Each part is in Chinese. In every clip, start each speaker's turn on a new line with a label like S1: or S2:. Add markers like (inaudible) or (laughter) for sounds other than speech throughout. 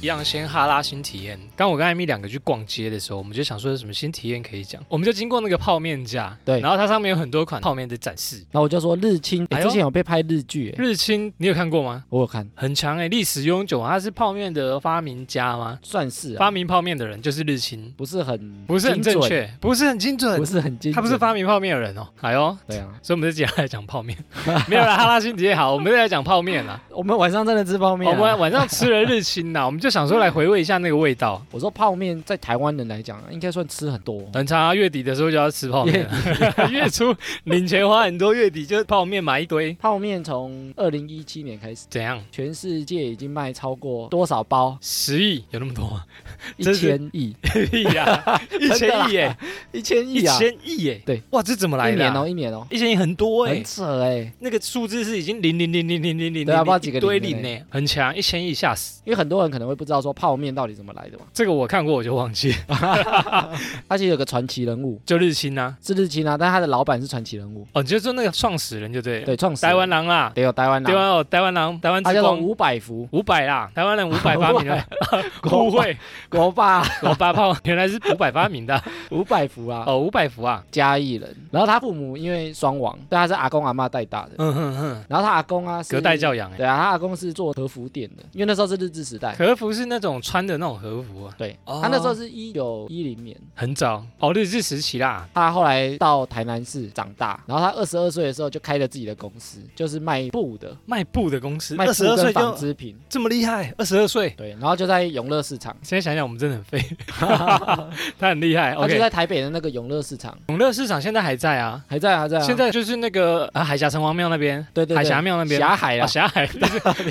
S1: 一样先哈拉新体验。刚我跟艾米两个去逛街的时候，我们就想说有什么新体验可以讲，我们就经过那个泡面架，
S2: 对
S1: 然后它上面有很多款泡面的展示。
S2: 然后我就说日清，诶
S1: 哎呦
S2: 之前有被拍日剧、诶
S1: 日清你有看过吗？
S2: 我有看，
S1: 很强哎、历史悠久啊，它是泡面的发明家吗？
S2: 算是、啊、
S1: 发明泡面的人就是日清，
S2: 不是很
S1: 不是很正
S2: 精
S1: 确，不是很精
S2: 准，
S1: 准
S2: 不，是很精准，
S1: 他不是发明泡面的人哦。哎呦，
S2: 对啊，
S1: 所以我们这接下来讲泡面， (laughs) 没有啦，哈拉新体验好，我们再来讲泡面啦。
S2: 我们晚上真的吃泡面、啊，
S1: 我们晚上吃了日清呐，我们就想说来回味一下那个味道。
S2: 我说泡面在台湾人来讲，应该算吃很多。
S1: 很长啊，月底的时候就要吃泡面了，月初领钱花很多，月底就泡面买一堆。
S2: 泡面从二零一七年开始，
S1: 怎样？
S2: 全世界已经卖超过多少包？
S1: 十亿有那么多吗？
S2: 一
S1: 真是
S2: 千 (laughs) 亿，啊
S1: 亿呀， (laughs) 一
S2: 真的
S1: 千
S2: 啦
S1: 亿耶，
S2: 一
S1: (laughs)
S2: 千
S1: 一
S2: 亿啊！
S1: 千亿耶！
S2: 对，
S1: 哇，这怎么来
S2: 一
S1: 的
S2: 年
S1: 啊？
S2: 哦，一年哦，
S1: 一千亿很多哎
S2: 很，扯哎，
S1: 那个数字是已经零零零零零零零，
S2: 对啊不知道几个
S1: 一堆
S2: 零
S1: 零
S2: 了
S1: 呢，很强，一千亿吓死。
S2: 因为很多人可能会不知道说泡面到底怎么来的嘛。
S1: 这个我看过我就忘记，
S2: 它其实有个传奇人物
S1: (laughs) 就日清啊，
S2: 是日清啊，但他的老板是传奇人物，
S1: 哦，你就说那个创始人就对了，
S2: 对，创始人
S1: 台湾，狼啦，
S2: 对有台湾
S1: 台湾
S2: 人，
S1: 哦，台湾狼，台湾
S2: 他
S1: 之
S2: 叫做
S1: 光
S2: 五百福
S1: 五百啦，台湾人五百发明
S2: (laughs)
S1: 的， (laughs)
S2: 国
S1: 误会，
S2: (laughs) 国霸
S1: 我八炮原来是五百发明的，啊
S2: 五百福啊，
S1: 哦，五百伏啊，
S2: 嘉义人。然后他父母因为双亡，对，他是阿公阿妈带大的。
S1: 嗯哼哼，
S2: 然后他阿公啊是
S1: 隔代教养哎、
S2: 对啊，他阿公是做和服店的，因为那时候是日治时代。
S1: 和服是那种穿的那种和服啊，
S2: 对，
S1: 哦
S2: 他那时候是一九一零年，
S1: 很早哦，日治时期啦，
S2: 他后来到台南市长大，然后他二十二岁的时候就开了自己的公司，就是卖布的，
S1: 卖布的公司，
S2: 卖
S1: 二
S2: 布
S1: 十二
S2: 跟
S1: 岁
S2: 纺
S1: 就
S2: 织品。
S1: 这么厉害，二十二岁。
S2: 对，然后就在永乐
S1: (laughs)
S2: 市场，
S1: 现在想想，我们真的很废，他很厉害。
S2: 他就
S1: OK，
S2: 在台北的那个永乐市场，
S1: 永乐市场现在还在啊，
S2: 还在啊还在啊。
S1: 现在就是那个啊海峡城隍庙那边，
S2: 对对对
S1: 海峡庙那边，
S2: 霞海
S1: 啊
S2: 啊，
S1: 霞
S2: (laughs)
S1: 海，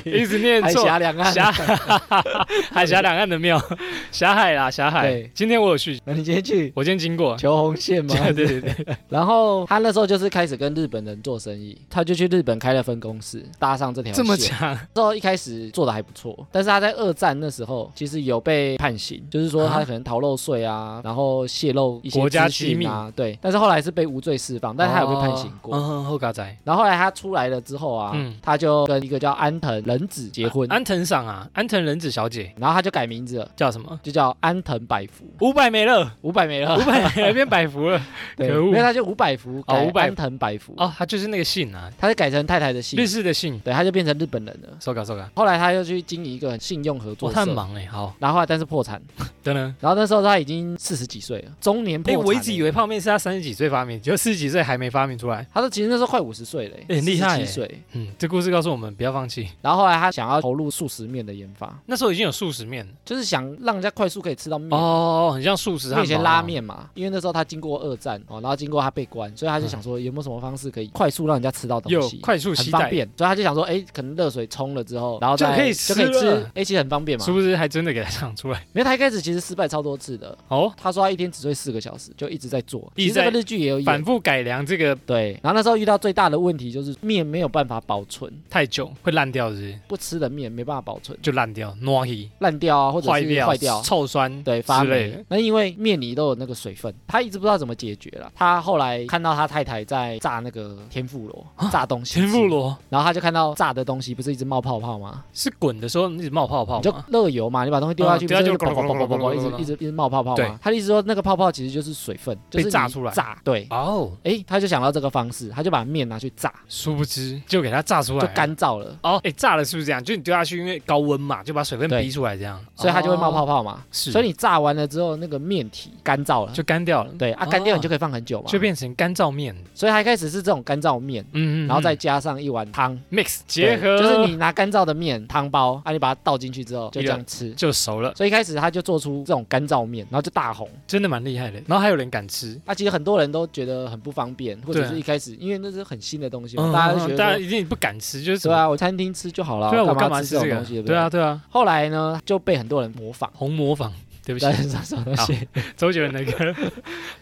S1: 一直念
S2: 海
S1: 错，
S2: 峡两岸。
S1: 霞海峡两岸的庙，霞海啦，霞海
S2: 对。
S1: 今天我有去，
S2: 那你今天去
S1: 我今天经过，
S2: 求红线吗？
S1: 哦 (laughs) 对对对，
S2: 然后他那时候就是开始跟日本人做生意，他就去日本开了分公司，搭上这条
S1: 这么
S2: 线
S1: 强，
S2: 之后一开始做的还不错，但是他在二战那时候其实有被判刑，就是说他可能逃漏税啊，然后泄露一些
S1: 国家
S2: 资讯
S1: 机密
S2: 啊，对。但是后来是被无罪释放，但是他有被判刑过。
S1: 嗯哼，后嘎仔。
S2: 然后后来他出来了之后啊，
S1: 嗯
S2: 他就跟一个叫安藤仁子结婚，
S1: 安藤赏啊，安藤仁子小姐
S2: 然后他就改名字了，
S1: 叫什么？
S2: 就叫安藤百福，
S1: 五百没了，
S2: 五百没了
S1: 五，百没了变百福了。
S2: 对，
S1: 可恶
S2: 因为他就五百福改
S1: 哦500
S2: 安藤百福，
S1: (laughs) 哦，她就是那个姓啊，
S2: 他就改成太太的姓
S1: 日，式的姓。
S2: 对，他就变成日本人了。
S1: 收嘎收嘎，
S2: 后来他又去经营一个信用合
S1: 哇，
S2: 作
S1: 她
S2: 社，
S1: 很忙哎，好，
S2: 然后后来但是破产。
S1: 等等。
S2: 然后那时候他已经四十几岁了，中年破
S1: 哎，
S2: 产了。
S1: 我一直以为泡面是她三十几岁发明，结果四十几岁还没发明出来。
S2: 他说其实那时候快五十岁了、欸，
S1: 欸很厉害欸
S2: 47岁。
S1: 嗯，这故事告诉我们不要放弃。
S2: 然后后来他想要投入素食面的研发，
S1: 那时候已经有素食面了
S2: 就是想让人家快速可以吃到面。
S1: 哦，很像素食
S2: 因
S1: 汉堡啊嗯
S2: 为以前拉。面嘛，因为那时候他经过二战哦，然后经过他被关，所以他就想说有没有什么方式可以快速让人家吃到东
S1: 有
S2: 西，
S1: 快速
S2: 很
S1: 携
S2: 方
S1: 带，
S2: 便，所以他就想说，哎，可能热水冲了之后，然后再
S1: 就可以
S2: 就
S1: 吃
S2: 可以吃
S1: 了，
S2: 哎，其实很方便嘛
S1: 是。不是还真的给她想出来？
S2: 因为他一开始其实失败超多次的，
S1: (laughs) 哦，
S2: 他说他一天只睡四个小时，就一直在做。
S1: 一直
S2: 其实这个
S1: 在
S2: 日剧也有
S1: 反
S2: 演，
S1: 复改良这个
S2: 对。然后那时候遇到最大的问题就是面没有办法保存，
S1: 太久会烂掉，是不是
S2: 不吃的面没办法保存，
S1: 就烂掉，挪起
S2: 烂掉啊，或者
S1: 坏
S2: 是
S1: 掉、
S2: 坏掉。
S1: 臭酸
S2: 对，发
S1: 之类
S2: 霉
S1: 的。。
S2: 那因为面里都有那个水分，他一直不知道怎么解决了。他后来看到他太太在炸那个天妇罗，炸东
S1: 啊
S2: 西。
S1: 天妇，罗
S2: 然后他就看到炸的东西不是一直冒泡泡吗？
S1: 是滚的时候一直冒泡泡
S2: 你就
S1: 吗？
S2: 热油嘛，你把东西丢下去，
S1: 嗯
S2: 不
S1: 丢下
S2: 是
S1: 去
S2: 就
S1: 咕噜
S2: 砰砰
S1: 咕噜咕噜
S2: 砰砰砰，一
S1: 咕噜咕噜
S2: 直一直一直冒泡泡
S1: 对
S2: 吗？他的意思说那个泡泡其实就是水分，就是
S1: 被炸
S2: 你
S1: 出来
S2: 炸对，
S1: 哦，
S2: 诶，他就想到这个方式，他就把面拿去炸，
S1: 殊不知就给它炸出来
S2: 就
S1: 了，
S2: 干燥了，
S1: 哦，哎，炸了是不是这样？就你丢下去，因为高温嘛，就把水分
S2: 对
S1: 逼出来，这样，
S2: 所以它就会冒泡
S1: 哦，
S2: 泡嘛。
S1: 是，
S2: 所以你炸完了之后，那个面体干燥了，
S1: 就干掉了，
S2: 对啊，
S1: 哦
S2: 干掉你就可以放很久嘛。
S1: 就变成干燥面，
S2: 所以它一开始是这种干燥面，
S1: 嗯，嗯
S2: 然后再
S1: 嗯
S2: 加上一碗汤。
S1: mix 结
S2: 对
S1: 合，
S2: 就是你拿干燥的面汤包，啊，你把它倒进去之后就这样吃。
S1: 就熟了，
S2: 所以一开始他就做出这种干燥面，然后就大红。
S1: 真的蛮厉害的。然后还有人敢吃，
S2: 啊，其实很多人都觉得很不方便，或者
S1: 对啊
S2: 是一开始因为那是很新的东西嘛，
S1: 嗯
S2: 大家
S1: 嗯
S2: 就觉
S1: 嗯
S2: 得
S1: 大家
S2: 说
S1: 一定不敢吃，就是什
S2: 对
S1: 么，
S2: 啊，我餐厅吃就好了，
S1: 对啊，我干
S2: 干
S1: 嘛
S2: 嘛
S1: 吃
S2: 这
S1: 这
S2: 种
S1: 个
S2: 东西？？不
S1: 对啊，对啊，
S2: 后来呢，就被很多人模仿。
S1: 红模仿，对不起
S2: 在，上什么东西，
S1: (laughs) 周杰伦的歌，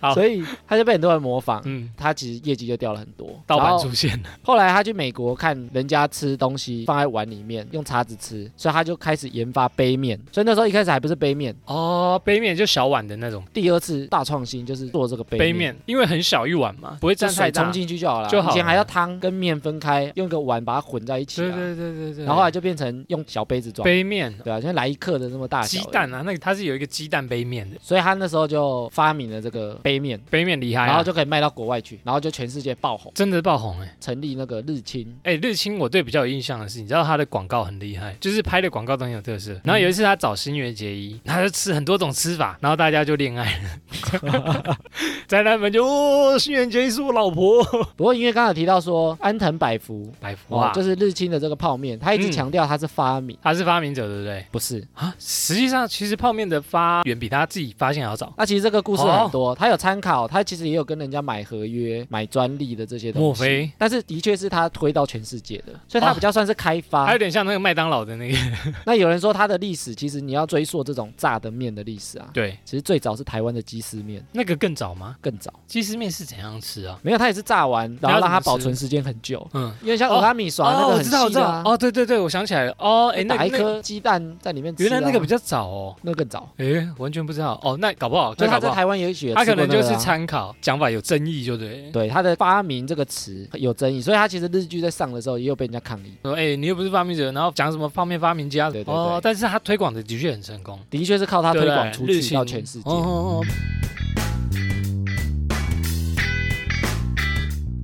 S1: 好
S2: 所以他就被很多人模仿。
S1: 嗯，
S2: 他其实业绩就掉了很多，
S1: 盗
S2: 然
S1: 版
S2: 后
S1: 出现了，
S2: 后来他去美国看人家吃东西放在碗里面用叉子吃，所以他就开始研发杯面。所以那时候一开始还不是杯面，
S1: 哦，杯面就小碗的那种
S2: 第二次大创新就是做这个杯
S1: 杯面，因为很小一碗嘛，不会
S2: 就
S1: 占太
S2: 水
S1: 大
S2: 冲，进去就好了。
S1: 就好了
S2: 以前还要汤跟面分开，用个碗把它混在一起、啊。
S1: 对对对对对，
S2: 然后后来就变成用小杯子装，
S1: 杯面。
S2: 对啊，现在来一克的这么大
S1: 鸡
S2: 小的。
S1: 蛋啊，那个它是有一个鸡蛋杯面的，
S2: 所以他那时候就发明了这个杯面，
S1: 杯面厉害啊、
S2: 然后就可以卖到国外去，然后就全世界爆红，
S1: 真的爆红哎、
S2: 成立那个日清。
S1: 哎、日清我对比较有印象的是，你知道他的广告很厉害，就是拍的广告都很有特
S2: 嗯
S1: 色。然后有一次他找新垣结衣，他就吃很多种吃法，然后大家就恋爱了， (laughs) 宅男们就哦，新垣结衣是我老婆，
S2: 不过因为刚才提到说安藤百福。
S1: 白福
S2: 哦
S1: 啊，，
S2: 就是是日清的这个泡面，他一直
S1: 嗯
S2: 强调他是发明，
S1: 他是发明者对不对？
S2: 不是。
S1: 啊，实际上其实泡面的发源比他自己发现还要早。
S2: 那其实这个故事很多，
S1: 哦
S2: 他有参考，他其实也有跟人家买合约、买专利的这些东西。
S1: 莫非
S2: 但是的确是他推到全世界的，所以他
S1: 哦
S2: 比较算是开发。
S1: 还有点像那个麦当劳的那个，
S2: 那有人说他的历史，其实你要追溯这种炸的面的历史啊，
S1: 对，
S2: 其实最早是台湾的鸡丝面，
S1: 那个更早吗？
S2: 更早
S1: 鸡丝面是怎样吃啊？
S2: 没有，它也是炸完，然后让它保存时间很久，
S1: 嗯，
S2: 因为像俄拉米耍那
S1: 哦，
S2: 个
S1: 我
S2: 很
S1: 知道，我
S2: 细
S1: 知
S2: 的
S1: 道
S2: 啊，，
S1: 哦，对对对，我想起来了，哦，哎，那
S2: 打
S1: 个
S2: 一
S1: 那个，
S2: 颗鸡蛋在里面吃啊，
S1: 原来那个比较早哦，
S2: 那更早，
S1: 诶，完全不知道哦，那搞不好，那
S2: 所以他
S1: 搞不
S2: 在
S1: 好，
S2: 台湾也许也
S1: 他
S2: 吃
S1: 可
S2: 过
S1: 能
S2: 那
S1: 就
S2: 个
S1: 是
S2: 啊。
S1: 参考讲法有争议，就对。
S2: 对他的发明这个词有争议，所以他其实日剧在上的时候也有被人家抗议。
S1: 说哎、你又不是发明者，然后讲什么泡面发明家
S2: 对对对
S1: 哦，但是他推广的的确很成功，
S2: 的确是靠它推
S1: 对不对
S2: 广出
S1: 日
S2: 去
S1: 清
S2: 到全世界
S1: 哦。哦哦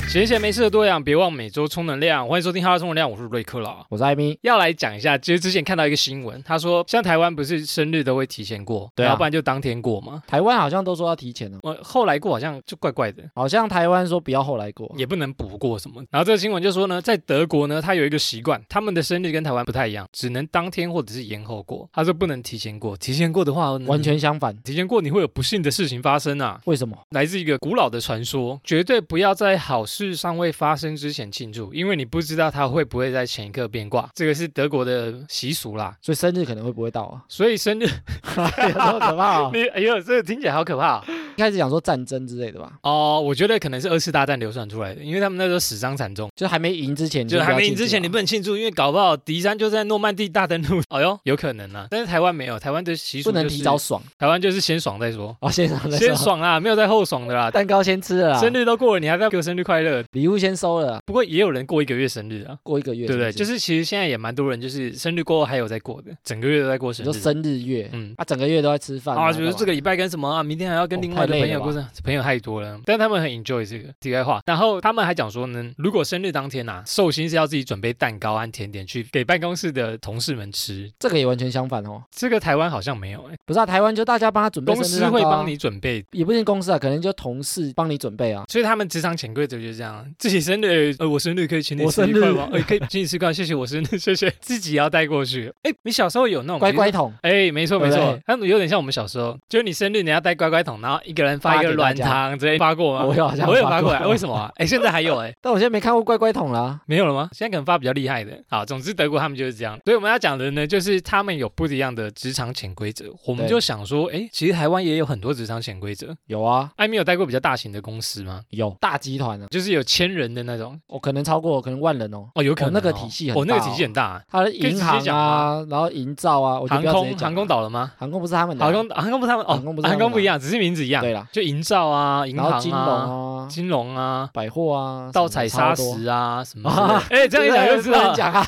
S1: 闲闲没事的多养，别忘每周充能量。欢迎收听《哈拉充能量》，我是瑞克啦。
S2: 我是艾米，
S1: 要来讲一下，就是之前看到一个新闻，他说像台湾不是生日都会提前过，
S2: 对啊
S1: 要不然就当天过嘛。
S2: 台湾好像都说要提前了，
S1: 我呃后来过好像就怪怪的，
S2: 好像台湾说不要后来过。
S1: 也不能补过什么。然后这个新闻就说呢，在德国呢，他有一个习惯，他们的生日跟台湾不太一样，只能当天或者是延后过。他说不能提前过，提前过的话呢嗯
S2: 完。全相反，
S1: 提前过你会有不幸的事情发生啊！
S2: 为什么？
S1: 来自一个古老的传说，绝对不要在好事尚未发生之前庆祝，因为你不知道它会不会在前一刻变卦。这个是德国的习俗啦，
S2: 所以 (laughs) 生日可能会不会到啊？
S1: 所以生日
S2: 有时候可
S1: (laughs)
S2: 怕哦。
S1: 你哎呦，这个听起来好可怕哦
S2: 一开始讲说战争之类的吧，
S1: 哦！我觉得可能是二次大战流传出来的，因为他们那时候死伤惨重。
S2: 就还没赢之前，
S1: 就是还没赢
S2: 赢
S1: 之前，你不能庆祝，因为搞不好敌山就在诺曼底大登陆。 (laughs) 哎呦，有可能啊，但是台湾没有，台湾的习俗、
S2: 不
S1: 就是、
S2: 能提早，爽
S1: 台湾就是先爽再 (laughs) 说，
S2: 哦，先爽再
S1: 先
S2: 说，
S1: 爽啦，没有在后爽的 (laughs) 啦。
S2: 蛋糕先吃了啦，
S1: 生日都过了，你还在给我生日快乐？
S2: 礼物先收了啦，
S1: 不过也有人过一个月生日啊，
S2: 过一个月
S1: 对不对？就是是其实现在也蛮多人，就是生日过后还有在过的，整个月都在过
S2: 你
S1: 生
S2: 说
S1: 日。
S2: 生日月
S1: 嗯。
S2: 啊，整个月都在吃饭
S1: 啊，比如说
S2: 干嘛
S1: 这个礼拜跟什么啊，明天还要跟另
S2: 哦
S1: 外的
S2: 太累
S1: 朋友
S2: 了
S1: 过生，朋友太多了，但他们很 enjoy 这个题外话。然后他们还讲说呢，如果生日当天呐、啊，寿星是要自己准备蛋糕和甜点去给办公室的同事们吃，
S2: 这个也完全相反哦，
S1: 这个台湾好像没有、欸，
S2: 不是啊，台湾就大家帮他准备
S1: 公
S2: 生日
S1: 司
S2: 蛋糕
S1: 会
S2: 啊
S1: 帮，你准备，
S2: 也不是公司啊，可能就同事帮你准备啊，
S1: 所以他们职场潜规则就是这样，自己生日，呃，我生日可以请你
S2: 我
S1: 吃
S2: 生
S1: 一
S2: 日
S1: 块吗？呃，可以请你吃一块，谢谢我生日，谢谢，自己要带过去。哎、你小时候有那种
S2: 乖乖？桶。
S1: 哎、没错没
S2: 对不
S1: 错
S2: 对，
S1: 他们有点像我们小时候，就是你生日你要带乖乖桶，然后一个人发一个
S2: 发
S1: 软
S2: 给大家
S1: 糖之类发过吗？
S2: 我有好像
S1: 我有发
S2: 发
S1: 过
S2: 过
S1: 来，为什么啊？哎、现在还有哎、
S2: (laughs) 但我现在没看过乖乖桶啦。
S1: 没有了吗？现在可能发比较厉害的。好，总之德国他们就是这样。所以我们要讲的呢，就是他们有不一样的职场潜规则。我们
S2: 对
S1: 就想说，哎，其实台湾也有很多职场潜规则。
S2: 有啊，
S1: 艾米有待过比较大型的公司吗？
S2: 有大集团啊，
S1: 就是有千人的那种
S2: 我、可能超过，可能万人哦。
S1: 哦，有可能、哦
S2: 哦那个体系很
S1: 哦，那个
S2: 大
S1: 体系很大、啊。
S2: 它的
S1: 以直
S2: 银
S1: 接
S2: 行
S1: 讲
S2: 啊
S1: 吗，
S2: 然后营造啊，我就
S1: 航
S2: 不要直接
S1: 空
S2: 讲啊
S1: 航空，倒了吗？
S2: 航空不是他们的啊、
S1: 航空航空不是他们哦，
S2: 航空不是他们的
S1: 不一样，只是名字一样。
S2: 对啦，
S1: 就营造啊，银
S2: 然后
S1: 行
S2: 金融
S1: 啊，
S2: 啊，
S1: 金融啊，
S2: 百货啊，
S1: 盗
S2: 什么
S1: 采
S2: 的
S1: 砂，
S2: 超多
S1: 石啊什么之
S2: (laughs)
S1: 类的。哎，这样一讲就知
S2: 不
S1: 道 (laughs)
S2: 能讲啊，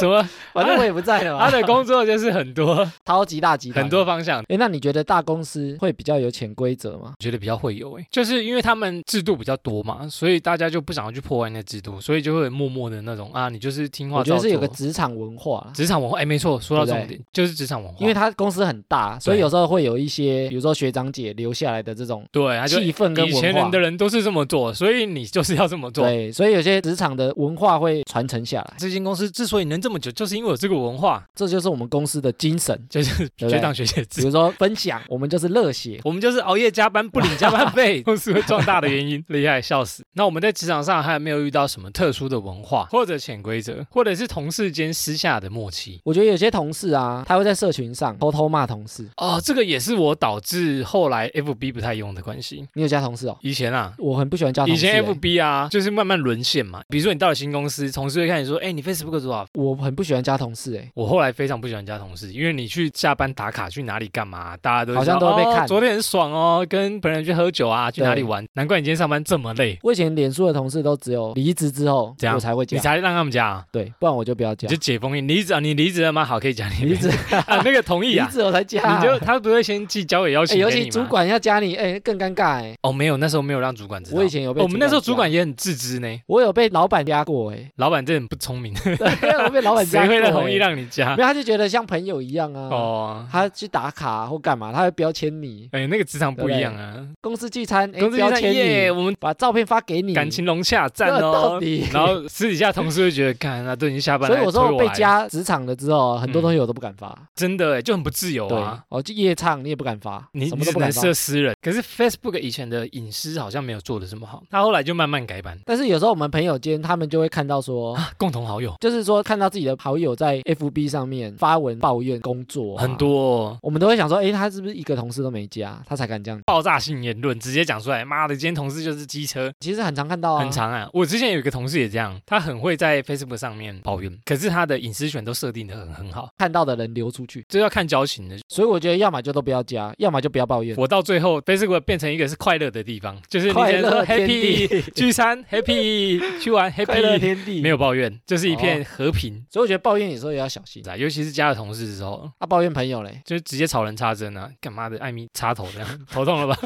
S1: 怎么
S2: 反正我也不在了
S1: 他
S2: 嘛，
S1: 的工作就是很
S2: (laughs)
S1: 多
S2: 超级大集团
S1: 很多。方向。
S2: 哎，那你觉得大公司会比较有潜规则吗？
S1: 觉得比较会有诶、欸就是因为他们制度比较多嘛，所以大家就不想要去破坏那制度，所以就会默默的那种啊，你就是听话
S2: 我觉
S1: 照
S2: 得
S1: 做。
S2: 是有个职场文化啦，
S1: 职场文化，哎，没错，说到
S2: 对
S1: 重
S2: 不
S1: 点，就是职场文化，
S2: 因为他公司很大，所以
S1: 对
S2: 有时候会有一些，比如说学长姐留下来的这种
S1: 对，他就
S2: 气氛跟
S1: 以前人
S2: 文
S1: 的
S2: 化。
S1: 人都是这么做，所以你就是要这么做。
S2: 对，所以有些职场的文化会传承下来，
S1: 这间公司之所以能这么久，就是因为有这个文化，
S2: 这就是我们公司的精神。
S1: 就是
S2: 对
S1: 学长学姐
S2: 比
S1: 制。
S2: 如说分享，我们就是
S1: (laughs)
S2: 热血，
S1: 我们就是熬夜加班不领加班费，公司会壮大的原因，厉害笑死。那我们在职场上还有没有遇到什么特殊的文化，或者潜规则，或者是同事间私下的默契？
S2: (laughs) 我觉得有些同事啊，他会在社群上偷偷骂同事。
S1: 哦，这个也是我导致后来 FB 不太用的关系。
S2: 你有加同事哦？
S1: 以前啊，
S2: 我很不喜欢加同
S1: 以
S2: 事欸、
S1: 前 FB 啊，就是慢慢沦陷嘛。比如说你到了新公司，同事会看你说，哎，你 Facebook 多少？
S2: 我很不喜欢加同事哎、
S1: 我后来非常不喜欢加同事，因为你去下班打卡去哪里干嘛，大家都会
S2: 好像
S1: 说
S2: 都会被看
S1: 哦。昨天很爽哦，跟朋友去喝酒啊，去哪里
S2: 对
S1: 玩？难怪你今天上班这么累，
S2: 我以前脸书的同事都只有离职之后
S1: 怎样
S2: 我才会
S1: 你
S2: 加，
S1: 才让他们加、啊。
S2: 对，不然我就不要加
S1: 你就。解封印，你离职啊？你离职了吗？好，可以加你
S2: 离职，
S1: (laughs) 啊，那个同意
S2: 离
S1: 啊，
S2: 职我才加。
S1: 你就他不会先寄交友邀
S2: 哎，
S1: 请
S2: 尤
S1: 给你
S2: 其
S1: 吗
S2: 主管要加你，哎，更尴尬哎。
S1: 哦，没有，那时候没有让主管知道。哦
S2: 我以前有被
S1: 我们那时候
S2: 加
S1: 主管，也很自知呢，
S2: 我有被老板加过
S1: (laughs)
S2: 哎，
S1: 老板真的很不聪
S2: (laughs)
S1: 明，
S2: 对我被老板加
S1: 谁
S2: 过。
S1: 会同意
S2: 哎
S1: 让你加
S2: (laughs) 没？有，他就觉得像朋友一样啊。
S1: 哦，
S2: 他去打卡或干嘛，他会标签你，
S1: 哎，那个职场不一样啊，
S2: 公司聚餐，哎
S1: 公司
S2: 标
S1: 上
S2: 签
S1: 耶，
S2: 你，
S1: 我们
S2: 把照片发给你，
S1: 感情融洽，
S2: 这
S1: 赞哦
S2: (laughs) 到。底。
S1: 然后私底下同事会觉得，看那都已经下班了，嗯
S2: (laughs) 所以我
S1: 还推
S2: 说被
S1: 来，
S2: 加职场了之后，很多东西我都不敢发。
S1: 真的哎，就很不自由
S2: 对
S1: 啊。，
S2: 哦，就夜唱你也不敢发，
S1: 你
S2: 什
S1: 你
S2: 么都
S1: 只
S2: 不
S1: 能
S2: 敢发。
S1: 设私人，可是 Facebook 以前的隐私好像没有做的这么好，他后来就慢慢改版，
S2: 但是有时候我们朋友间，他们就会看到说，
S1: 共同好友
S2: 就是说看到自己的好友在 FB 上面发文抱怨工作啊、
S1: 很多哦
S2: 我们都会想说，诶，他是不是一个同事都没加，他才敢这样？
S1: 爆炸性言论直接讲出来，妈的，今天同事就是机车，
S2: 其实很常看到啊，
S1: 很长啊。我之前有一个同事也这样，他很会在 Facebook 上面抱怨，可是他的隐私权都设定的很很好，
S2: 看到的人流出去。
S1: 这要看交情的。
S2: 所以我觉得，要么就都不要加，要么就不要抱怨。
S1: 我到最后，Facebook 变成一个是快乐的地方，就是你
S2: 快
S1: 只能说
S2: 乐天
S1: happy
S2: 地 (laughs)
S1: 聚餐 happy 去玩 happy，
S2: 天地
S1: 没。有抱怨，这是一片和平。
S2: 所以我觉得抱怨有时候也要小心。
S1: 啊，尤其是加了同事之后，，
S2: 啊，抱怨朋友嘞
S1: (laughs) 就直接草人插针啊，干嘛的？艾米插头这样，头痛了
S2: (laughs)
S1: 吧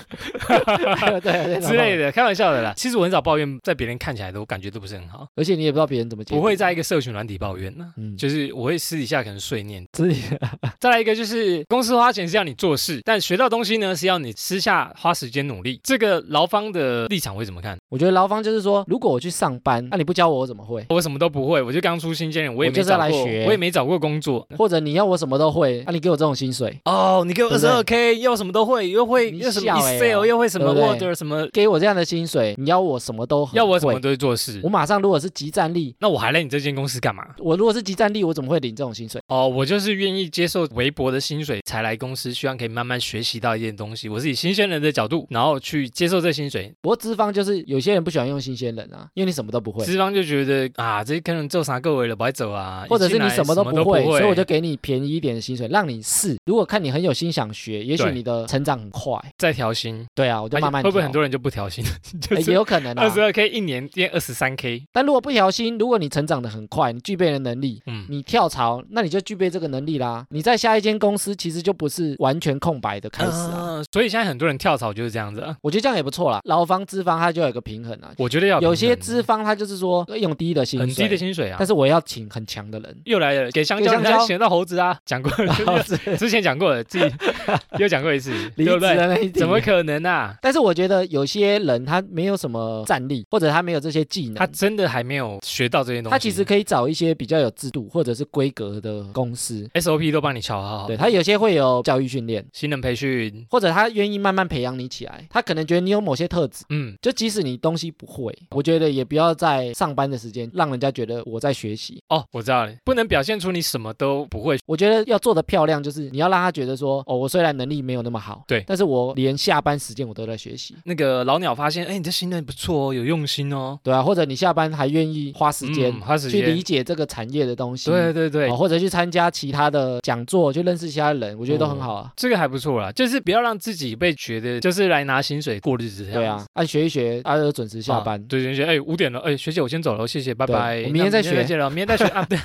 S2: 对对
S1: 之类
S2: 的。
S1: 的，开玩笑的啦。其实我很少抱怨，在别人看起来都感觉都不是很好，
S2: 而且你也不知道别人怎么解读
S1: 不会在一个社群软体抱怨呢、
S2: 嗯，就
S1: 就是我会私底下可能碎念，
S2: 自己
S1: 再来一个就是公司花钱是要你做事，但学到东西呢是要你私下花时间努力。这个劳方的立场会怎么看？
S2: 我觉得劳方就是说，如果我去上班，那、你不教我，我怎么会？
S1: 我什么都不会，我就刚出新鲜人，我也
S2: 我
S1: 没
S2: 就是
S1: 找
S2: 要
S1: 过，
S2: 来
S1: 我
S2: 学
S1: 也没找过工作。
S2: 或者你要我什么都会，那、你给我这种薪水，
S1: 哦，你给我
S2: 对
S1: 二
S2: 不
S1: 十
S2: 对
S1: 二 k，又什么都会，又会
S2: 你
S1: 又什么
S2: 笑欸
S1: Excel，、
S2: 哦
S1: 又会什么
S2: 对不
S1: Word，
S2: 对
S1: 什么，
S2: 给我这样的薪水，你要我什么都很
S1: 要我什么
S2: 会
S1: 都会做事
S2: 我。马上如果是集战力，
S1: 那我还来你这间公司干嘛？
S2: 我如果是集战力，我怎么会领这种薪水？
S1: 哦，我就是愿意接受微薄的薪水才来公司，希望可以慢慢学习到一点东西。我是以新鲜人的角度，然后去接受这薪水。
S2: 不过资方就是有些人不喜欢用新鲜人啊，因为你什么都不会，
S1: 资方就觉得啊，这可能做啥够了，不爱走啊，
S2: 或者是
S1: 一进
S2: 你
S1: 来
S2: 什么都不
S1: 不
S2: 会，所以我就给你便宜一点的薪水，让你试。如果看你很有心想学，也许
S1: 对
S2: 你的成长很快。
S1: 再调薪。
S2: 对啊，我就慢慢
S1: 会不会
S2: 调
S1: 很多人就不调薪？就
S2: 哎也
S1: 是
S2: 有可能
S1: (laughs) 二
S2: 啊
S1: 十。二 k 一年变二十三 k，
S2: 但如果不调薪，如果你成长的很快，你具备了能力，
S1: 嗯，
S2: 你跳槽，那你就具备这个能力啦。你在下一间公司其实就不是完全空白的开始啊。
S1: 啊所以现在很多人跳槽就是这样子啊。
S2: 我觉得这样也不错啦，劳方资方它就有一个平衡啊。
S1: 我觉得要
S2: 有些
S1: 平衡
S2: 资方他就是说呃用低的薪水，
S1: 很低的薪水啊。
S2: 但，是我要请很强的人
S1: 又来了，给香
S2: 给
S1: 蕉
S2: 香
S1: 人家
S2: 蕉
S1: 选到猴子啊，讲过了，之前讲过了，
S2: (laughs)
S1: 自己又讲过一次，
S2: 离
S1: 对
S2: 职
S1: 不对？
S2: 的那一题
S1: 怎么？可能啊？
S2: 但是我觉得有些人他没有什么战力，或者他没有这些技
S1: 他
S2: 能，
S1: 真的还没有学到这些东西。
S2: 嗯他其实可以找一些比较有制度或者是规格的公司。
S1: SOP 都帮你瞧好好，
S2: 对他有些会有教育训练，
S1: 新人培训，
S2: 或者他愿意慢慢培养你起来。他可能觉得你有某些特质，
S1: 嗯，
S2: 就即使你东西不会，我觉得也不要在上班的时间让人家觉得我在学习。
S1: 哦，我知道了，不能表现出你什么都不会。
S2: 我觉得要做的漂亮，就是你要让他觉得说，哦，我虽然能力没有那么好，
S1: 对
S2: 但是我连下班时间我都在学习，
S1: 那个老鸟发现，哎，你这新人不错哦，有用心哦，
S2: 对啊，或者你下班还愿意花时间、
S1: 嗯花时
S2: 去
S1: 间，
S2: 理解这个产业的东西，
S1: 对对对
S2: 哦，。或者去参加其他的讲座，去认识其他人，我觉得都很好啊。
S1: 这个还不错啦，就是不要让自己被觉得就是来拿薪水过日子这样子。
S2: 对啊，按、学一学，啊，就准时下班。
S1: 啊对学姐，哎，五点了，哎，学姐我先走了，谢谢，拜
S2: 对
S1: 拜。
S2: 我明天再
S1: 那再
S2: 学
S1: 见了，明天再学
S2: (laughs)
S1: 啊，对，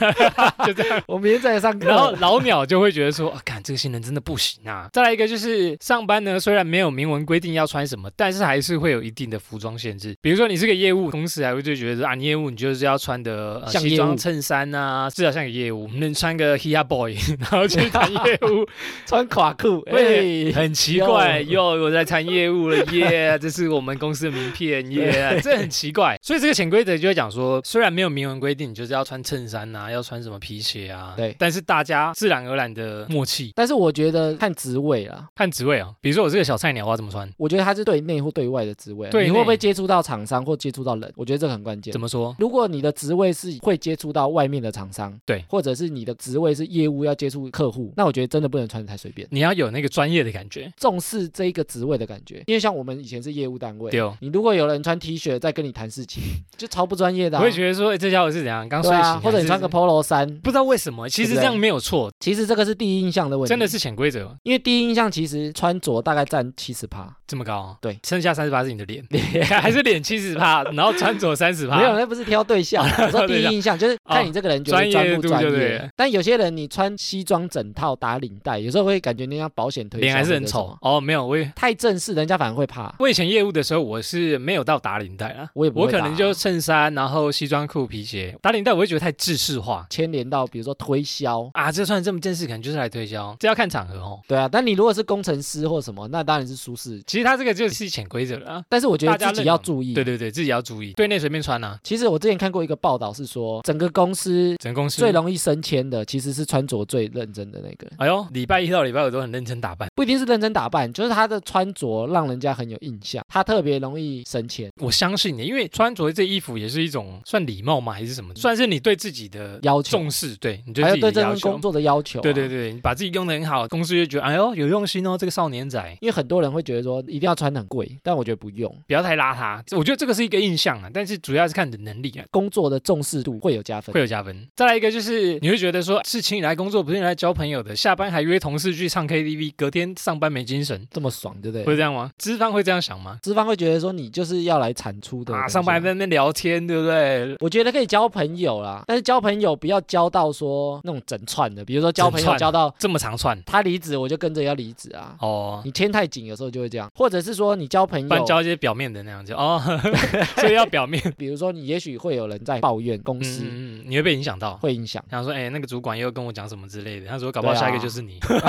S1: 就这样。
S2: (laughs) 我明天再来上
S1: (laughs)
S2: 课。
S1: 然后老鸟就会觉得说，啊，看这个新人真的不行啊。再来一个就是上班呢，虽然没有明文规定要穿什么，但是还是会有一定的服装限制。比如说你是个业务，公司还会就觉得说啊，你业务你就是要穿的、呃、
S2: 像
S1: 西
S2: 业务
S1: 装衬衫啊，至少像个业务，能穿个 Hia Boy，然 (laughs) 后
S2: (laughs)
S1: 去谈业务，
S2: 穿垮裤，哎、
S1: 喂很奇怪，哟，我在谈业务了耶，这是是我们公司的名片耶、这很奇怪。所以这个潜规则就会讲说，虽然没有明文规定你就是要穿衬衫呐、要穿什么皮鞋啊，
S2: 对
S1: 但是大家自然而然的默契。
S2: 但是我觉得看职位啦，
S1: 看职位啊，比如说我这个小菜鸟，我要怎么穿？
S2: 我觉得它是对内或对外的职位啊，
S1: 对内
S2: 你会不会接触到厂商或接触到人？我觉得这个很关键
S1: 怎。么说？
S2: 如果你的职位是会接触到外面的厂商，
S1: 对
S2: 或者是你的职位是业务要接触客户，那我觉得真的不能穿的太随便，
S1: 你要有那个专业的感觉。
S2: 重视这一个职位的感觉。因为像我们以前是业务单位，
S1: 对哦
S2: 你如果有人穿 T 恤在跟你谈事情， (laughs) 就超不专业的、
S1: 我
S2: 啊。
S1: 会觉得说，哎这家伙是怎样刚睡
S2: 对
S1: 醒、
S2: 啊，或
S1: 还
S2: 者你
S1: 是
S2: 穿个 polo 衫，
S1: 不知道为什么，其实
S2: 对不
S1: 这
S2: 对
S1: 样没有错，
S2: 其实这个是第一印象的问题，
S1: 真的是潜规则
S2: 因为第一印象其实穿着大概占七十趴，
S1: 这么高啊、
S2: 对
S1: 剩下三十八是你的脸，还是脸七十趴，然后穿着三十趴，
S2: 没有，那不是挑对象
S1: (laughs)
S2: 啊，我说第一印象就是看你这个人觉
S1: 哦专
S2: 得
S1: 业
S2: 专不
S1: 度
S2: 专
S1: 就对
S2: 业
S1: 了。
S2: 但有些人你穿西装整套打领带，有时候会感觉那像保险推销
S1: 脸还是
S2: 或
S1: 很
S2: 者什
S1: 丑
S2: 么。
S1: 哦，没有，我也
S2: 太正式人家反而会怕。
S1: 我以前业务的时候，我是没有到打领带啊，
S2: 我也不会
S1: 我可
S2: 打
S1: 能就衬衫，然后西装裤、皮鞋，打领带我会觉得太制式化
S2: 牵连到比如说推销，
S1: 啊，这算这么正式，可能就是来推销，这要看场合哦。
S2: 对啊。但你如果是工程师或什么，那当然是舒适。
S1: 其实他这个就是潜规则了啊，
S2: 但是我觉得
S1: 大家
S2: 自己
S1: 认
S2: 要
S1: 同
S2: 注意。
S1: 对对对，自己要注意，对内随便穿啊，
S2: 其实我之前看过一个报道是说，整个公司
S1: 整个公司
S2: 最。容易升迁的其实是穿着最认真的那个，
S1: 哎呦，礼拜一到礼拜五都很认真打扮。
S2: 不一定是认真打扮，就是他的穿着让人家很有印象，他特别容易升迁。
S1: 我相信你，因为穿着这衣服也是一种算礼貌吗，还是什么？算是你对自己的
S2: 要求
S1: 重视，对，你对
S2: 还
S1: 自
S2: 有
S1: 己
S2: 对
S1: 的
S2: 这
S1: 要
S2: 份
S1: 求
S2: 工。作的要求、啊
S1: 对对。对，你把自己用的很好，公司就觉得哎呦有用心哦，这个少年仔
S2: 因为很多人会觉得说一定要穿得很贵，但我觉得不用，
S1: 不要太邋遢。我觉得这个是一个印象啊，但是主要是看你的能力啊，
S2: 工作的重视度会有加分
S1: 会。有加分。再来一个就是你会觉得说是请你来工作，不是你来交朋友的，下班还约同事去唱 KTV，隔天上班没精神，
S2: 这么爽，对不对？
S1: 会这样吗？资方会这样想吗？
S2: 资方会觉得说你就是要来产出的
S1: 啊，上班还
S2: 的。
S1: 在那边聊天，对不对？
S2: 我觉得可以交朋友啦，但是交朋友不要交到说那种整串的，比如说交朋
S1: 整
S2: 友
S1: 串
S2: 交到
S1: 这么长串
S2: 他离职，我就跟着要离职啊。
S1: 哦。
S2: 你牵太紧，有时候就会这样，或者是说你交朋
S1: 不然
S2: 友，
S1: 交一些表面的那样就哦， (laughs) 所以要表面，
S2: 比如说你也许会有人在抱怨公
S1: 嗯
S2: 司
S1: 嗯嗯，你会被影响到。，
S2: 会影响
S1: 想说，哎、那个主管又跟我讲什么之类的，他说搞不好
S2: 对啊
S1: 下一个就是
S2: (laughs)
S1: 你，
S2: 有时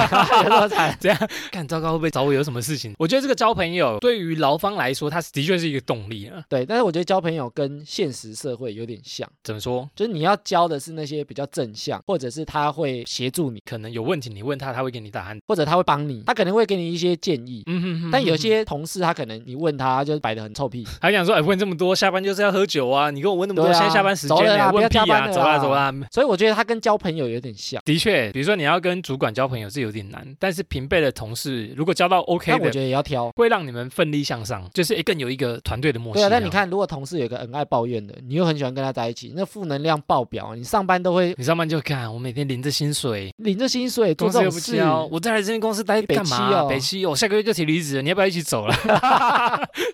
S1: (laughs)
S2: 候才
S1: 看糟糕会不会找我有什么事情？我觉得这个交朋友对于劳方来说，它的确是一个动力啊。
S2: 对。但是我觉得交朋友跟现实社会有点像，
S1: 怎么说？
S2: 就是你要交的是那些比较正向，或者是他会协助你，
S1: 可能有问题，你问他，他会给你答案。
S2: 或者他会帮你，他可能会给你一些建议。
S1: 嗯哼哼
S2: 但有些同事他可能你问他，他就是摆得很臭屁，
S1: 还想说，哎、问这么多，下班就是要喝酒啊！你跟我问那么多，
S2: 对啊
S1: 现在下班时间
S2: 走了啦
S1: 问屁
S2: 不要加班
S1: 啊！
S2: 了啦
S1: 走啦走啦。
S2: 所以我觉得他跟交朋友有点像。
S1: 的确，比如说你要跟主管交朋友是有点难，但是平辈的同事如果交到 OK
S2: 但我
S1: 的，
S2: 觉得也要挑。
S1: 会让你们奋力向上，就是、哎更有一个团队的默契
S2: 对
S1: 啊。
S2: 啊，但你看，如果同事有一个很爱抱怨的，你又很喜欢跟他在一起，那负能量爆表，你上班都会
S1: 你上班就看，我每天领着薪水，
S2: 领着薪水做
S1: 公司
S2: 这
S1: 又
S2: 种
S1: 不
S2: 事， (laughs)
S1: 交，我再来这间公司待
S2: 北
S1: 干嘛、
S2: 七哦
S1: 北七哦，我下个月就提离职了，你要不要一起走了？
S2: (laughs)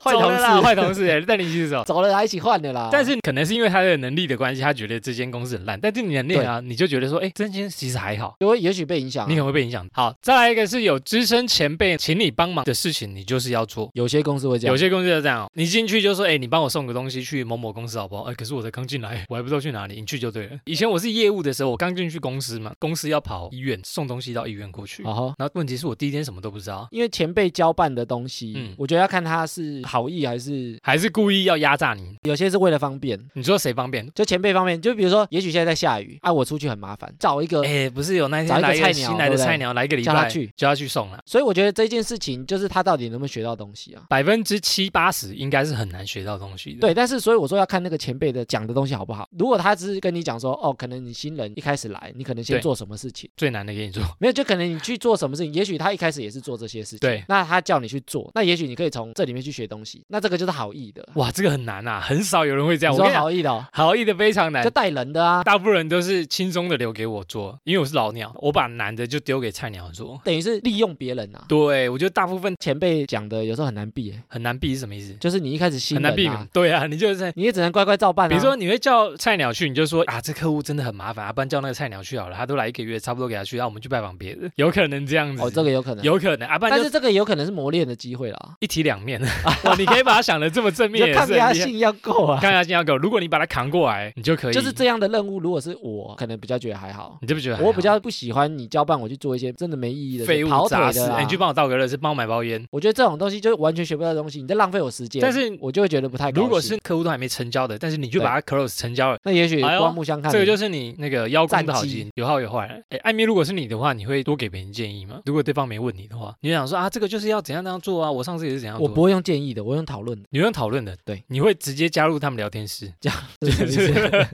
S2: 坏
S1: 走
S2: 同
S1: 了啦，
S2: 事
S1: 坏同事哎，带你一起
S2: (laughs)
S1: 走。
S2: 走了，他一起换的啦。
S1: 但是可能是因为他的能力的关系，他觉得这间公司很烂，但是你能力啊，你就觉得说，哎，这间其实还好，
S2: 就会也许被影响
S1: 你可
S2: 啊。
S1: 能会被影响。好，再来一个是有资深前辈请你帮忙的事情，你就是要做。
S2: 有些公司会这样，
S1: 有些公司就这样哦，你进去就说，哎，你帮我送个东西去某某公司好不好？哎，可是我才刚进来，我还不知道去哪里，你去就对了。以前我是业务的时候，我刚进去公司嘛，公司要跑医院送东西到医院过去，
S2: 好好。
S1: 然后问题是我第一天什么都不知道，
S2: 因为前辈交办的东西，
S1: 嗯
S2: 我觉得要看他是好意还是
S1: 还是故意要压榨你。
S2: 有些是为了方便。
S1: 你说谁方便？
S2: 就前辈方面，就比如说，也许现在在下雨，啊，我出去很麻烦，找一个。
S1: 哎，不是有那
S2: 呃找
S1: 天
S2: 一个
S1: 来
S2: 菜鸟
S1: 新来的
S2: 对不对
S1: 菜鸟来一个礼
S2: 叫他
S1: 拜，
S2: 去
S1: 就要去送了。
S2: 所以我觉得这件事情就是他到底能不能学到东西啊？
S1: 百分之七八十应该是很难学到东西的。
S2: 对，但是所以我说要看那个前辈的讲的东西好不好。如果他只是跟你讲说，哦，可能你新人一开始来，你可能先
S1: 对
S2: 做什么事情，
S1: 最难的给你
S2: (laughs)
S1: 做，
S2: 没有，就可能你去做什么事情，也许他一开始也是做这些事情，
S1: 对
S2: 那他叫你去做，那也许你可以从这里面去学东西，那这个就是好意的，
S1: 哇，这个很难啊，很少有人会这样。
S2: 你
S1: 我跟
S2: 说
S1: 你讲，哎
S2: 好意的、哦，
S1: 好意的非常难
S2: 就。带人的啊，
S1: 大部分人都是轻松的留给我做，因为我是老鸟，我把难的就丢给菜鸟做。
S2: 等于是利用别人啊。
S1: 对，我觉得大部分
S2: 前辈讲的有时候很难避、欸，
S1: 很难避是什么意思？
S2: 就是你一开始新
S1: 很
S2: 人、啊、
S1: 难避免。对啊，你就是。
S2: 你也只能乖乖照办、啊。
S1: 比如说，你会叫菜鸟去，你就说啊，这客户真的很麻烦，啊，不然叫那个菜鸟去好了，他都来一个月，差不多给他去，啊让我们去拜访别人， (laughs) 有可能这样子，
S2: 哦，这个有可能，
S1: 有可能啊，不然
S2: 但
S1: 就是
S2: 这个有可能是磨练的机会啦，
S1: 一体两
S2: (laughs)
S1: 面。哇，你可以把它想的这么正
S2: 你
S1: 面，
S2: 就
S1: 也
S2: 抗
S1: 是
S2: 压
S1: 很厉害 (laughs)
S2: 性要够啊。
S1: 看一下新加坡，如果你把它扛过来，你就可以。
S2: 就是，这样的任务，如果是我，可能比较觉得还好。
S1: 你这不觉得还好？
S2: 我比较不喜欢你交办我去做一些真的没意义的事
S1: 啊废物
S2: 跑腿
S1: 杂事，哎
S2: 的啦啊
S1: 哎你去帮我倒个热水，帮我买包烟。
S2: 我觉得这种东西就完全学不到的东西，你在浪费我时间，
S1: 但是
S2: 我就会觉得不太高兴。
S1: 如果是客户都还没成交的，但是你就把它 close 成交了，
S2: 那也许
S1: 哎呦
S2: 刮目相看，
S1: 这个就是你那个邀功的好
S2: 战绩
S1: 机，有好有坏。哎，艾米，如果是你的话，你会多给别人建议吗？如果对方没问你的话，你就想说啊，这个就是要怎样怎样做啊，我上次也是怎样
S2: 我
S1: 做。
S2: 不会用建议的，我用讨
S1: (laughs)
S2: 论的，
S1: 你用讨论的，
S2: 对，
S1: 你会直接加入他们聊天
S2: (laughs)
S1: 室，
S2: 这是什么意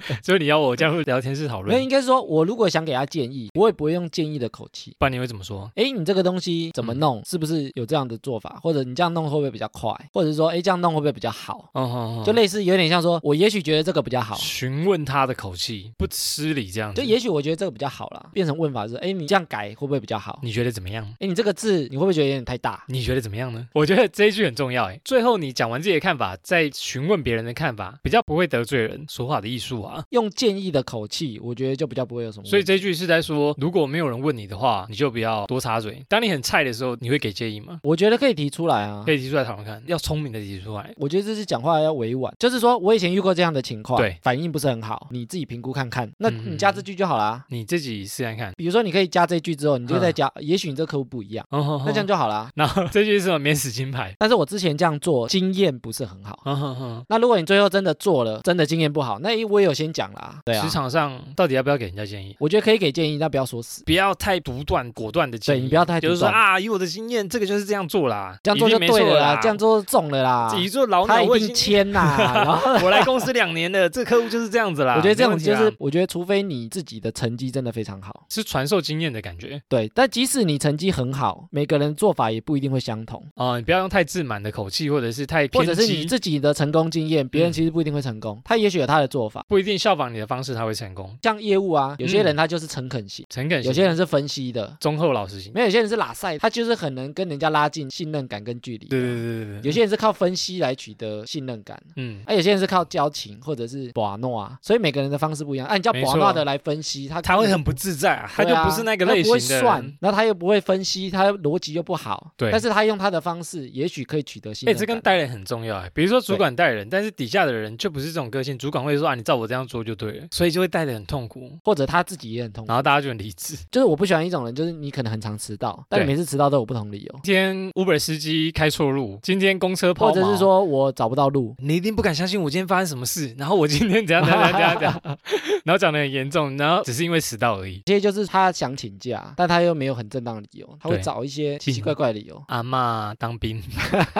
S2: 思
S1: (laughs) 所以你要我加入聊天室讨
S2: 没有，
S1: 论，
S2: 应该是说，我如果想给他建议，我也不会用建议的口气。
S1: 不然你会怎么说？
S2: 哎，你这个东西怎么
S1: 嗯
S2: 弄？是不是有这样的做法？或者你这样弄会不会比较快？或者是说，哎，这样弄会不会比较好？
S1: 哦哦哦
S2: 就类似有点像说，我也许觉得这个比较好，
S1: 询问他的口气不失礼这样子，
S2: 就也许我觉得这个比较好啦，变成问法是，哎，你这样改会不会比较好？
S1: 你觉得怎么样？
S2: 哎，你这个字你会不会觉得有点太大？
S1: 你觉得怎么样呢？我觉得这一句很重要哎。最后你讲完自己的看法，再询问别人的看法，比较不会得罪人，说话的艺术啊。
S2: 用建议的口气，我觉得就比较不会有什么问题。
S1: 所以这句是在说，如果没有人问你的话，你就不要多插嘴。当你很菜的时候，你会给建议吗？
S2: 我觉得可以提出来啊
S1: 可。以提出来讨论看，要聪明的提出来。
S2: 我觉得这是讲话要委婉，就是说我以前遇过这样的情况，
S1: 对
S2: 反应不是很好，你自己评估看看。那
S1: 嗯
S2: 你加这句就好啦。
S1: 你自己试看看。
S2: 比如说，你可以加这句之后，你就再加，也许你这个客户不一样，
S1: 嗯哦
S2: 那这样，就好啦。
S1: (laughs) 然后这句是什么？免死金牌。
S2: 但是我之前这样做经验不是很好。
S1: 哦哦哦
S2: 那如果你最后真的做了，真的经验不好，那我也有先讲啦，对啊
S1: 职，场上到底要不要给人家建议？
S2: 我觉得可以给建议，但不要说死，
S1: 不要太独断、果断的建
S2: 对
S1: 议。
S2: 你不要太独
S1: 就
S2: 断
S1: 是说啊，以我的经验，这个就是这样做啦，
S2: 这样做
S1: 一
S2: 就
S1: 定没错
S2: 对了
S1: 啦
S2: 啦，这样做就中了啦，
S1: 自己做老鸟
S2: 他一
S1: 我已
S2: 定
S1: 经
S2: 签啦。
S1: (laughs)
S2: 然后
S1: 我来公司两年了，这客户就是这样子啦。
S2: (laughs) 我觉得这
S1: 啊没
S2: 种
S1: 问题
S2: 就
S1: 啦
S2: 是，我觉得除非你自己的成绩真的非常好。
S1: 是传授经验的感觉
S2: 对，但即使你成绩很好，每个人做法也不一定会相同，
S1: 啊、你不要用太自满的口气，或者是太
S2: 或
S1: 偏
S2: 者是你
S1: 激，
S2: 自己的成功经验，别人
S1: 嗯
S2: 其实不一定会成功，他也许有他的做法。
S1: 不一定效仿你的方式他会成功。
S2: 像业务啊，
S1: 嗯
S2: 有些人他就是诚恳型，
S1: 诚恳型，
S2: 有些人是分析的，
S1: 忠厚老实型，
S2: 没有有些人是拉塞，他就是很能跟人家拉近信任感跟距离。
S1: 对对对对对，
S2: 有些人是靠分析来取得信任感。
S1: 嗯。
S2: 啊，有些人是靠交情或者是把诺啊，所以每个人的方式不一样。啊，你叫把
S1: 没错
S2: 诺的来分析，他
S1: 他会很不自在啊，他
S2: 对
S1: 就
S2: 啊
S1: 不是那个
S2: 他
S1: 类
S2: 不
S1: 型
S2: 会
S1: 的人。
S2: 算，然后他又不会分析，他逻辑又不好。
S1: 对
S2: 但是他用他的方式，也许可以取得信
S1: 哎、
S2: 任
S1: 这
S2: 感。
S1: 跟带人很重要哎、比如说主管带人，但是底下的人就不是这种个性，主管会说啊，你照我这样做就对
S2: 嗯
S1: 了，所以就会带的很痛苦，
S2: 或者他自己也很痛苦
S1: 然。后大家就很理
S2: (laughs)
S1: 智。
S2: 就是我不喜欢一种人，就是你可能很常迟到，但你
S1: 对
S2: 每次迟到都有不同理由，
S1: 今天 Uber 司机开错路，今天公车抛
S2: 或
S1: 锚，
S2: 者是说我找不到路，
S1: 你一定不敢相信我今天发生什么事，然后我今天怎样怎样怎样怎样，怎
S2: (laughs)
S1: 样然后讲得很严重，然后只是因为迟到而已。
S2: 这些就是他想请假，但他又没有很正当的理由，他会
S1: 对
S2: 找一些奇奇
S1: 嗯
S2: 怪怪的理由。
S1: 阿嬷当
S2: (laughs)
S1: 兵， (laughs)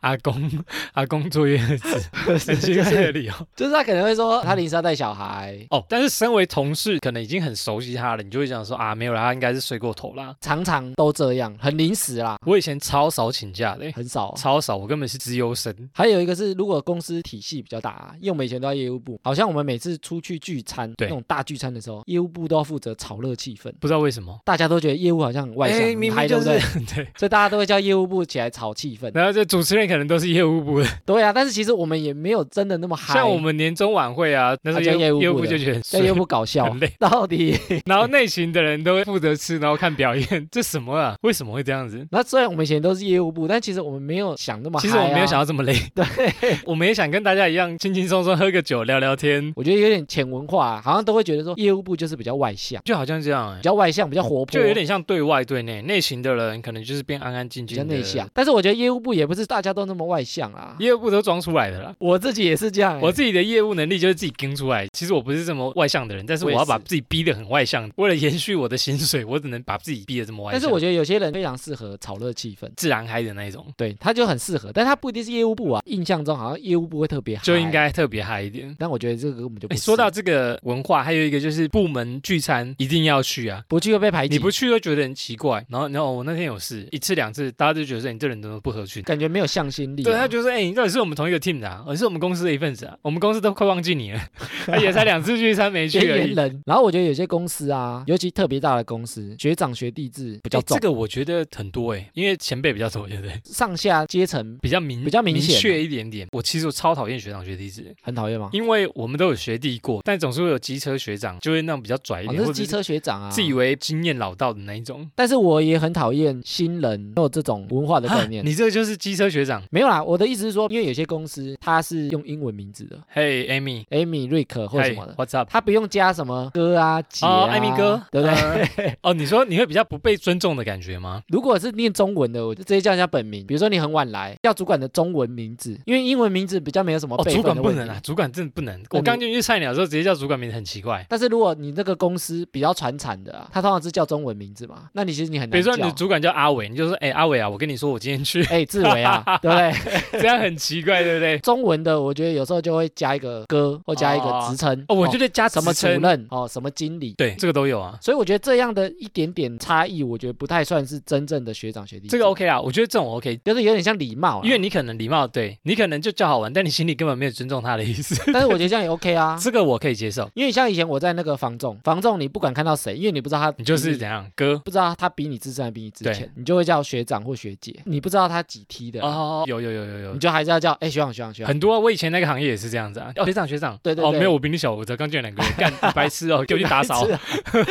S1: 阿公阿公坐月子， (laughs) 很奇怪的理由嗯
S2: 就是他可能会说他临时要带小孩，
S1: 哦。但是身为同事，可能已经很熟悉他了，你就会想说啊，没有啦，他应该是睡过头啦。
S2: 常常都这样，很临时啦，
S1: 我以前超少请假的，
S2: 很少。啊
S1: 超少，我根本是资优生。
S2: 还有一个是，如果公司体系比较大、啊，因为我们以前都在业务部，好像我们每次出去聚餐，
S1: 对
S2: 那种大聚餐的时候，业务部都要负责炒热气氛，
S1: 不知道为什么，
S2: 大家都觉得业务好像很外向，
S1: 哎
S2: 很
S1: 明明
S2: 嗨
S1: 就
S2: 对
S1: 是
S2: 不对？
S1: (laughs) 对，
S2: (laughs) 所以大家都会叫业务部起来炒气氛。
S1: 然后这主持人可能都是业务部的，
S2: 对啊，但是其实我们也没有真的那么嗨，
S1: 像我们年终晚会啊，那时候
S2: 啊叫业务部
S1: 业务部
S2: 的
S1: 就觉得很
S2: 在
S1: 衰
S2: 业务部哦搞
S1: (laughs)
S2: 笑
S1: 很累，
S2: 到底。 (laughs)
S1: 然后内勤的人都会负责吃，然后看表演，这什么啊？为什么会这样子？
S2: 那虽然我们以前都是业务部，但其实我们没有想那么嗨、啊
S1: 其实我没有想
S2: 到，
S1: 要这么
S2: (laughs)
S1: 累，对， (laughs) 我们也想跟大家一样轻轻松松喝个酒聊聊天，
S2: 我觉得有点浅文化、好像都会觉得说业务部就是比较外向，
S1: 就好像这样、
S2: 比
S1: 欸，
S2: 较外向，比较活泼，
S1: 就有点像对外对内，内勤的人可能就是变安安静
S2: 比
S1: 静
S2: 较
S1: 的，
S2: 内向。。但是我觉得业务部也不是大家都那么外向啊。
S1: 业务都装出来的啦，
S2: 我自己也是这样欸、
S1: 我自己的业务能力就是自己跟出来。其实我不是这么外向的人，但是
S2: 我
S1: 我
S2: 也是
S1: 要把自己逼得很外向。为了延续我的薪水，我只能把自己逼得这么外
S2: 但
S1: 向。
S2: 是我觉得有些人非常适合炒热气氛，
S1: 自然嗨的那一种，
S2: 对，他就很适合，但他不一定是业务部啊。印象中好像业务部会特别嗨，
S1: 就应。该特别嗨一点。
S2: 但我觉得这个根本就不
S1: 哎，
S2: 是。
S1: 说到这个文化，还有一个就是部门聚餐一定要去啊，
S2: 不去会被排挤，
S1: 你不去会觉得很奇怪。然后，然后我那天有事，一次两次，大家就觉得说你这人怎么不合群？
S2: 感觉没有向心力、啊。
S1: 对他觉得说，哎、你到底是我们同一个 team 的、啊，而是我们公司的一份子啊，我们公司都快忘记你了， (laughs) 他也才两次聚餐没去 (laughs)
S2: 边
S1: 而
S2: 缘
S1: 已。
S2: 人。然后我觉得有些公司啊，尤其特别大的公司，学长学弟制比较
S1: 哎
S2: 重，
S1: 这个我觉得很多哎、因为前辈比较多，对不对？
S2: 上下阶层
S1: 比较明
S2: 比较明显啊
S1: 确一点点。我其实我超讨厌学长学弟制，
S2: 很讨厌吗？
S1: 因为我们都有学弟过，但总是时候有机车学长，就会哦那种比较拽一
S2: 啊
S1: 点，
S2: 那
S1: 或
S2: 是
S1: 者
S2: 机
S1: 是
S2: 车学长啊，
S1: 自以为经验老道的那一种。
S2: 但是我也很讨厌新人有这种文化的概念。
S1: 啊你这个就是机车学长，
S2: 没有啦，我的意思是说，因为有些公司它是用英文名字的
S1: 嘿，Amy，
S2: ，Amy、Rick 或
S1: 哎
S2: 什么的，
S1: ，What's up？
S2: 它不用加什么哥啊、姐啊，
S1: 哦，艾米哥，
S2: 对不对？
S1: 对？哦，你说你会比较不被尊重的感觉吗？
S2: (laughs) 如果是念中文的，我就直接叫人家本名。比如说你很晚来，叫主管的中文名字，因为英文名字比较没有什么
S1: 哦，
S2: 辈
S1: 主
S2: 分
S1: 管
S2: 的
S1: 不
S2: 问题。
S1: 能啊，主管真的不能。我刚进去菜鸟的时候，直接叫主管名字很奇怪。
S2: 但是如果你那个公司比较传产的啊，他通常是叫中文名字嘛，那你其实你很
S1: 比
S2: 难
S1: 如
S2: 叫
S1: 说。你的主管叫阿伟，你就说，哎，阿伟啊，我跟你说，我今天
S2: (laughs)
S1: 去，
S2: 哎，志
S1: (laughs)
S2: 伟啊，对不对？
S1: 这样很奇怪，对不对？
S2: 中文的我觉得有时候就会加一个哥或加一个职称。
S1: 哦，我觉
S2: 得
S1: 得加
S2: 什么
S1: 职
S2: 主
S1: 称，
S2: 任哦，什么经理。
S1: 对，这个都有啊。
S2: 所以我觉得这样的一点点差异，我觉得不太算是真正的学长学弟制。
S1: 这个 OK 啊，我觉得这种 OK，
S2: 就是有点像礼貌啦，啊
S1: 因为你可能礼貌，对你可能就叫好玩，但你心里根本没有尊重他的意思。
S2: (laughs) 但是我觉得这样也 OK 啊。
S1: 这个我可以接受。
S2: 因为像以前我在那个房仲，房仲你不管看到谁，因为你不知道他
S1: 你就是
S2: 比
S1: 怎样哥
S2: 不知道他比你资深还比你之
S1: 对
S2: 前，你就会叫学长或学姐。你不知道他几梯的，
S1: 哦，有有有有有
S2: 啊你，就还是要叫哎学长学长学长。
S1: 很多啊、我以前那个行业也是这样子啊。哦，学长学长，
S2: 对对
S1: 哦，
S2: 对
S1: 没有，我比你小，我才刚进来两个月，
S2: (laughs)
S1: 干白痴哦，给我去打扫
S2: 是。啊 (laughs)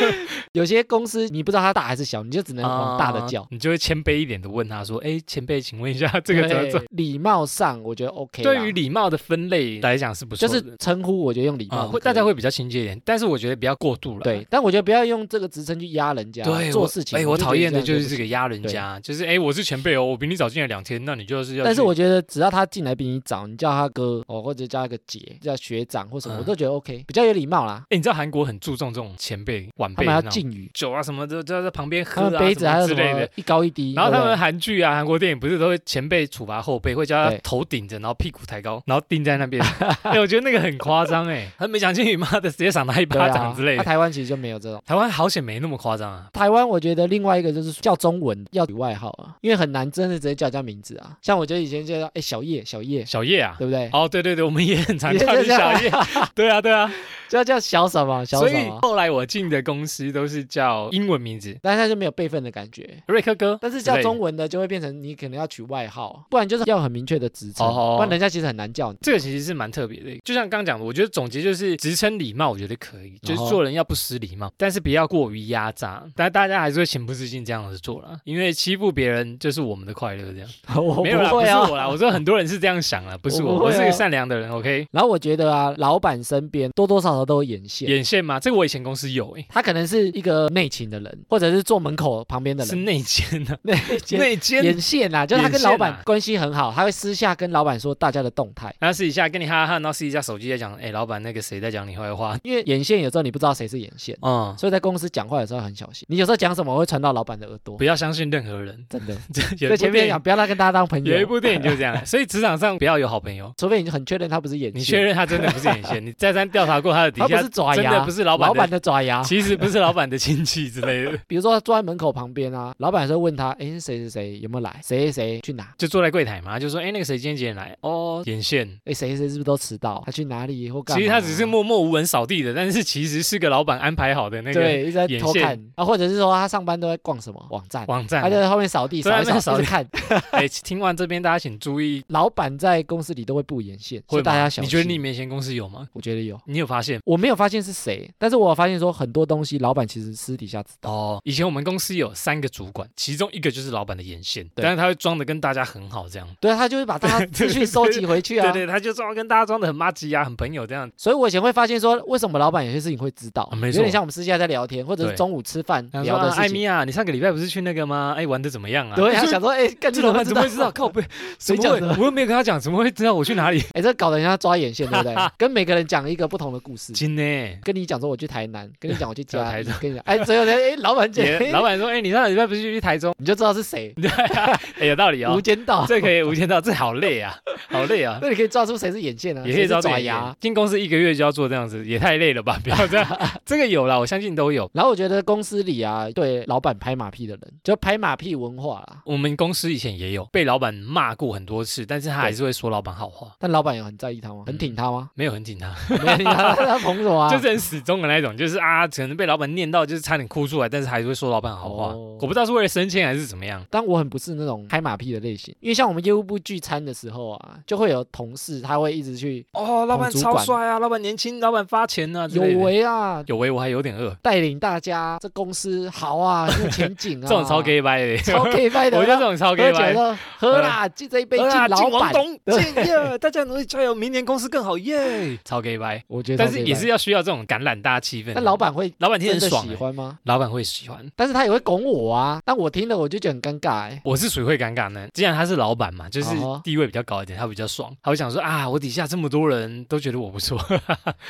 S2: 有些公司你不知道他大还是小，你就只能往大的叫
S1: 啊。你就会谦卑一点的问他说：“哎，前辈，请问一下这个怎么
S2: 对
S1: 做
S2: 礼貌上我觉
S1: (laughs)
S2: 得 OK 啦。
S1: 对于礼貌的分类来讲是不错
S2: 就
S1: 的，
S2: 是称呼，我觉得用礼
S1: 啊，
S2: 貌
S1: 会
S2: 可以，
S1: 大家会比较亲切一点，但是我觉得不要过度了。
S2: 对，但我觉得不要用这个职称去压人家
S1: 对，
S2: 做
S1: 我
S2: 事情。
S1: 哎，我
S2: 就觉得
S1: 讨厌的
S2: 样
S1: 就是
S2: 不
S1: 这
S2: 行
S1: 个压人家，就是哎，我是前辈哦，我比你早进来两天，那你就是要去。
S2: 但是我觉得只要他进来比你早，你叫他哥哦，或者叫他个姐，叫学长或什么，
S1: 嗯
S2: 我都觉得 OK，比较有礼貌啦。
S1: 哎，你知道韩国很注重这种前辈晚
S2: 他
S1: 辈
S2: 们
S1: 那
S2: 要
S1: 种
S2: 敬语，
S1: 酒啊什么的，就在旁边喝
S2: 他们
S1: 啊
S2: 杯子还
S1: 什
S2: 有
S1: 么
S2: 什
S1: 之类的
S2: 么。一高一低，
S1: 然后他
S2: 对不
S1: 们
S2: 对
S1: 韩剧啊、韩国电影不是都会前辈处罚后辈，会叫他
S2: 对
S1: 头顶着，然后屁股抬高，然后钉在那 (laughs) 边。哎、我觉得那个很夸张哎、他没讲进去，妈的，直接赏他一
S2: 对
S1: 巴
S2: 啊
S1: 掌之类
S2: 那
S1: 的。
S2: 台湾其实就没有这种。
S1: 台湾好险没那么夸张啊。
S2: 台湾我觉得另外一个就是叫中文要取外号啊，因为很难真的直接叫人家名字啊。像我觉得以前就叫哎小叶小叶，
S1: 小叶啊
S2: 对，不对？
S1: 哦，对对对，我们也很 (laughs) 常
S2: 也
S1: 叫
S2: 是
S1: 你
S2: 这样
S1: 小叶。对啊，对啊。
S2: 就要叫小什么小
S1: 所
S2: 什
S1: 以
S2: 么，
S1: 后来我进的公司都是叫英文名字，
S2: 但是他就没有辈分的感觉。
S1: 瑞克哥。
S2: 但是叫中
S1: 文，
S2: 文的就会变成你可能要取外号，不然就是要很明确的职称，
S1: 哦哦哦
S2: 不然人家其实很难叫你。
S1: 这个其实是蛮特别的。就像刚讲的，我觉得总结就是职称礼貌，我觉得可以，就是
S2: 哦
S1: 做人要不失礼貌，但是不要过于压榨。但大家还是会情不自禁这样子做啦，因为欺负别人就是我们的快乐。这样
S2: (laughs)
S1: (laughs)
S2: 我
S1: 没有啦，不是
S2: 啊
S1: 我啦，我说很多人是这样想啦，不是
S2: 我
S1: 我，
S2: 不
S1: 我
S2: 会啊
S1: 是个善良的人。OK，
S2: 然后我觉得啊，老板身边多多少少都有眼线，
S1: 眼线吗？这个我以前公司有欸诶、
S2: 他可能是一个内勤的人，或者是坐门口旁边的
S1: 是
S2: 人，
S1: 内奸啊，
S2: 内
S1: (laughs) 内奸。
S2: (laughs) 眼线啊，就是他跟老
S1: 眼线啊
S2: 板关系很好，他会私下跟老板说大家的动态。
S1: 然后私底下跟你哈哈，然后私底下手机在讲，哎、老板那个谁在讲你坏话，
S2: 因为眼线有时候你不知道谁是眼线，
S1: 嗯，
S2: 所以在公司讲话的时候很小心。你有时候讲什么会传到老板的耳
S1: (laughs)
S2: 朵
S1: 不，要相信任何人。 (laughs)
S2: 真的。
S1: 这有一部
S2: 在前面
S1: 电
S2: 讲
S1: 影
S2: 不要他跟大家当朋
S1: 有一
S2: 友，
S1: 部电影就是这样，所以职场上不要有好朋友。
S2: 除非你很确认他不是眼
S1: 你确
S2: 线，
S1: 认他真的不是眼线，你再三调查过他的底
S2: 他不
S1: 下
S2: 是，爪
S1: 真的
S2: 牙
S1: 不，是老板
S2: 老板
S1: 的，
S2: 的爪牙。
S1: 其实不是老板的亲戚之类的，
S2: 比如说他坐在门口旁边啊，老板有时候问他，哎，谁谁谁有没有来？谁谁谁去哪？
S1: 就坐在柜台嘛，就说哎那个谁今天几点来？哦，眼线。
S2: 哎，谁谁谁是不是都迟到？他去哪里或干嘛？
S1: 其实他只是默默无闻扫地的，但是其实是个老板安排好的那个
S2: 对，一直在
S1: 眼
S2: 偷
S1: 线
S2: 看啊，或者是说他上班都在逛什么网站，
S1: 网
S2: 他
S1: 站啊
S2: 就。在后面扫
S1: (laughs)
S2: 地，
S1: 对
S2: 扫一
S1: 他在
S2: 扫，
S1: 扫
S2: 一
S1: 地
S2: 直看。
S1: 哎，听完这边大家请注意，
S2: 老板在公司里都会布眼线，所
S1: 会
S2: 以大
S1: 吗
S2: 家小心。
S1: 你觉得你？们以前公司有吗？
S2: 我觉得有。
S1: 你有发现？
S2: 我没有发现是谁，但是我有发现说很多东西，老板其实私底下知道。
S1: 哦，以前我们公司有三个主管，其中一个就是老板的眼线，
S2: 对
S1: 但是他会装的跟大家很好这样。
S2: 对啊，他就会把大家资讯收集回去啊。
S1: (laughs) 对对，他就装得跟大家装的很妈鸡啊，很朋友这样。
S2: 所以我以前会发现说，为什么老板有些事情会知道，
S1: 啊没错
S2: 有点像我们私下在聊天，或者
S1: 对
S2: 是中午吃饭
S1: 他说
S2: 聊的
S1: 啊
S2: 事
S1: 艾
S2: 情。
S1: 米啊，你上个礼拜不是去那个吗？哎，玩的怎么样啊？
S2: 对，
S1: 他
S2: 他
S1: 说
S2: 想说，哎，
S1: (laughs)
S2: 干
S1: 这老
S2: 这老
S1: 板
S2: 板
S1: 怎
S2: 怎
S1: 么会
S2: 么会
S1: 知
S2: 知
S1: 道？
S2: (laughs) 道？
S1: 靠 (laughs) 背，
S2: 谁
S1: 怎么会
S2: 讲的
S1: 我又没有跟他讲，怎么会知道我去哪里？
S2: 哎，这搞得人家抓眼线，对
S1: (laughs)
S2: 不对？跟每个人讲一个不同的故事。
S1: 今天。
S2: 跟你讲说我去台南，跟你讲我去
S1: (laughs) 讲
S2: 嘉
S1: 台
S2: 义
S1: 中，
S2: 跟你讲，哎，最后呢，哎，老板姐，
S1: (laughs) (laughs) 也老板说：“哎、你上个礼拜不是去台中
S2: 你就知道是谁，《
S1: (laughs) 哎？有道理
S2: 无
S1: 哦，
S2: 间道》
S1: (laughs) 这可以无间道，这好累啊， (laughs) 好累啊，
S2: 那你可以抓出谁是眼线啊，
S1: 也可以
S2: 谁
S1: 招
S2: 是爪牙。。
S1: 进公司一个月就要做这样子，也太累了 (laughs) 吧？不要这样，这个有啦，我相信都有。
S2: 然后我觉得公司里啊，对老板拍马屁的人，就拍马屁文化啦。
S1: 我们公司以前也有被老板骂过很多次，但是他还是会说老板好话，
S2: 但老板有很在意他吗？很挺他吗？
S1: 没有很紧张。”
S2: 没有，
S1: (laughs)
S2: 他他捧什么
S1: 嗯
S2: 啊？
S1: 就是很始终的那一种，就是啊，可能被老板念到，就是差点哭出来，但是还是会说老板好话。
S2: 哦
S1: 我不知道是为了升迁还是怎么样。
S2: 但我很不是那种拍马屁的类型，因为像我们业务部聚餐的时候啊，就会有同事他会一直去，
S1: 哦，
S2: 老板超帅
S1: 啊，老板年轻，老板发钱啊，
S2: 有为啊，
S1: 有为我还有点饿，
S2: 带领大家，这公司好啊，有前景啊，
S1: (laughs) 这种超 gay 掰的，
S2: 超 gay 拜
S1: (laughs)
S2: 的，
S1: 我觉得这种超
S2: 喝
S1: gay
S2: 酒
S1: 掰。
S2: 了，喝啦，敬这一杯
S1: 喝
S2: 敬
S1: 啦
S2: 老
S1: 王
S2: 板，
S1: 董，敬
S2: (laughs)
S1: 耶！大家努力加油，明年公司更好耶！ (laughs) 超 gay 掰，
S2: 我觉得
S1: 但
S2: 超
S1: 是
S2: gay
S1: 也
S2: 掰
S1: 是，要需要这种感染大家气氛。啊
S2: 但老板会
S1: 老板听
S2: 真
S1: 很
S2: 的
S1: 爽
S2: 喜
S1: 欸，
S2: 欢吗？
S1: 老板会喜欢。
S2: 但是他也会拱我啊，但我听了我就觉得很尴尬哎、
S1: 我是属于会尴尬呢，既然他是老板嘛，就是
S2: 哦
S1: 地位比较高一点，他比较爽，他会想说啊，我底下这么多人都觉得我不
S2: (laughs)
S1: 错，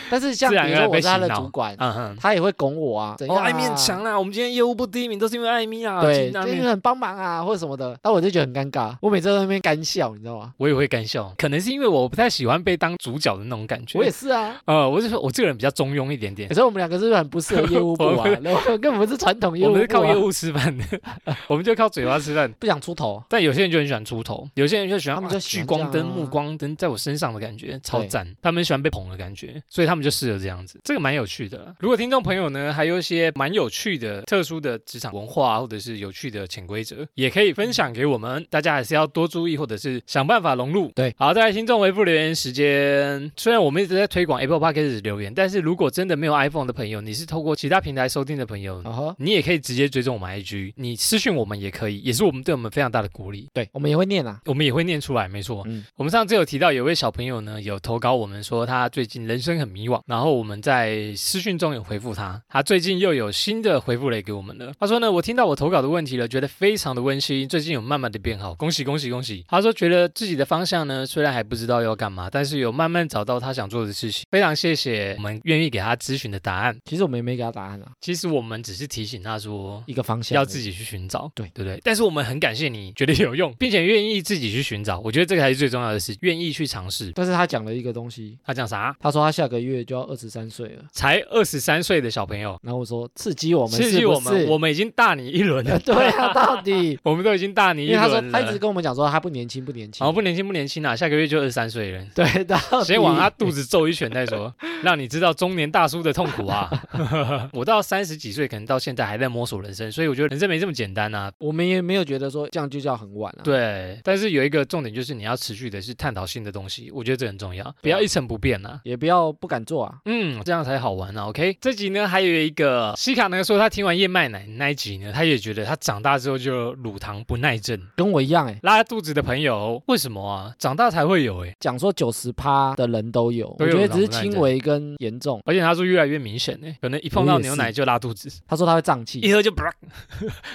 S2: 但是像
S1: 自然
S2: 比
S1: 而
S2: 如说
S1: 然
S2: 我
S1: 被
S2: 是他
S1: 洗
S2: 的
S1: 脑
S2: 主管，
S1: 嗯哼。
S2: 他也会拱我啊，怎
S1: 哦，
S2: 样、
S1: 艾米很强。啦，我们今天业务部第一名都是因为艾米啊。
S2: 对，
S1: 今
S2: 就
S1: 天艾
S2: 是
S1: 米
S2: 很帮忙啊，或者什么的，那我就觉得很尴尬。我每次都在那边干笑，你知道吗？
S1: 我也会干笑，可能是因为我不太喜欢被当主角的那种感觉。
S2: 我也，是啊，
S1: 呃，我就说我这个人比较中庸一点点
S2: 有，时候我们两个是不是很不适合业务
S1: (laughs)
S2: 部
S1: 我
S2: 啊？
S1: 们
S2: 然后根本不是传统业
S1: 我
S2: 务部、啊，
S1: 们是靠业务吃饭的， (laughs) 我们就靠嘴巴吃饭。
S2: 不想出头，
S1: 但有些人就很喜欢出头，有些人就喜欢
S2: 他们
S1: 哇
S2: 就喜
S1: 聚
S2: 欢
S1: 光
S2: 这
S1: 灯、
S2: 样啊
S1: 目光灯在我身上的感觉，超赞。他们喜欢被捧的感觉，所以他们就适合这样子，这个蛮有趣的啦。如果听众朋友呢，还有一些蛮有趣的、特殊的职场文化啊，或者是有趣的潜规则，也可以分享给我们。大家还是要多注意，或者是想办法融入。
S2: 对，
S1: 好，再来听众回复留言时间。虽然我们一直在推广 Apple Podcast 留言，但是如果真的没有 iPhone 的朋友，你是透过其他平台收听的朋友，
S2: 然后
S1: 你也可以直接追踪我们 IG，你私讯我们也可以，也是我们对我们非常大的鼓励。
S2: 对我们也会念啊，
S1: 我们也会念出来，没错。
S2: 嗯
S1: 我们上次有提到有位小朋友呢，有投稿我们说他最近人生很迷惘，然后我们在私讯中有回复他，他最近又有新的回复嘞给我们了。他说呢，我听到我投稿的问题了，觉得非常的温馨，最近有慢慢的变好，恭喜恭喜恭喜。他说觉得自己的方向呢，虽然还不知道要干嘛，但是有慢慢找到他想做的事情，非常谢谢我们愿意给他咨询的答案。
S2: 其实我们也没给他答案啊，
S1: 其实我们只是提醒他说，
S2: 一个方向而已，
S1: 要自己去寻找，
S2: 对
S1: 对不对？但是我们很感谢你觉得有用， (laughs) 并且愿意自己去寻找，我觉得这个才是最重要的事，愿意去尝试。
S2: 但是他讲了一个东西，
S1: 他讲啥？
S2: 他说他下个月就要二十三岁了，
S1: 才二十三岁的小朋友，
S2: 然后我说刺激我们是不
S1: 刺
S2: 是，
S1: 激我们，我们已经大你一轮了，，
S2: (laughs) 对啊，到底
S1: (laughs) 我们都已经大你一
S2: 因为他说
S1: 轮
S2: 他一直
S1: 了。
S2: 跟我们讲说他不年轻不年轻
S1: 好，，不年轻不年轻啊，下个月就二十三岁
S2: (laughs)
S1: 了。
S2: 对，到底
S1: 先往他肚子揍一拳再说， (laughs) 让你知道中年大叔的痛苦啊！ (laughs) 我到三十几岁，可能到现在还在摸索人生，所以我觉得人生没这么简单啊。
S2: 我们也没有觉得说这样就叫很晚啊。，
S1: 对，但是有一个重点就是你要持续的是探讨新的东西，我觉得这很重要，不要一成不变啊。
S2: 也不要不敢做啊。
S1: 嗯，这样才好玩啊。OK，这集呢还有一个西卡呢说他听完燕麦奶那一集呢，他也觉得他长大之后就乳糖不耐症，
S2: 跟我一样哎、
S1: 拉肚子的朋友为什么啊？长大才会有诶、
S2: 讲说九十趴的人都有，
S1: 都
S2: 我
S1: 有
S2: 觉得只是轻微跟严重。
S1: 而且他说越来越明显诶、可能一碰到牛奶就拉肚子， (laughs)
S2: 他说他会胀气，
S1: 一喝就不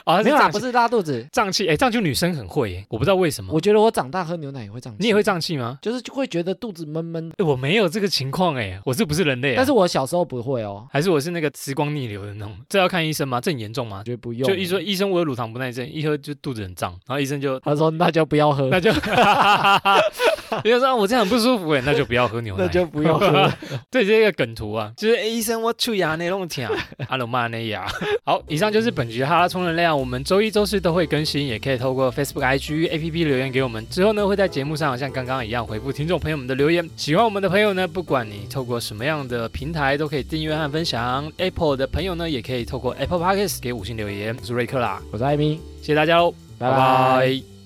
S1: 哦， (laughs) 他
S2: 没
S1: 是
S2: 有啦，
S1: 胀
S2: 不
S1: 气，
S2: 是拉肚子。
S1: 胀气诶，哎胀气女生很会诶、欸我不知道为什么
S2: 我，觉得我长大喝牛奶也会胀气，
S1: 你也会，胀气吗？
S2: 就是就会觉得肚子闷闷的。
S1: 诶，我没有这个情况诶、我是不是人类、啊？
S2: 但是我小时候不会哦，
S1: 还是我是那个时光逆流的那种，这要看医生吗？这很严重吗
S2: 我？觉得不用。
S1: 就一说，医生我有乳糖不耐症，一喝就肚子很胀，然后医生就
S2: 他说那就不要喝，
S1: 那
S2: (laughs)
S1: 就，医生说、啊、我这样很不舒服哎， (laughs) 那就不要喝牛奶。
S2: 那就不用喝。 (laughs)
S1: 这就是一个梗图啊，就是、诶医生我去牙那弄 (laughs) 疼，阿龙骂那牙。好，以上就是本局哈拉充能量，我们周一周四都会更新，也可以透过 Facebook、IG、APP 留言给我们，之后呢会在节目上像刚刚一样回复听众朋友们的留言。喜欢我们的朋友呢，不管你透过什么样的平台，都可以订阅和分享。Apple 的朋友呢，也可以透过 Apple Podcast 给五星留言。我是瑞克啦，
S2: 我是艾米，
S1: 谢谢大家喽，
S2: 拜拜
S1: 哦拜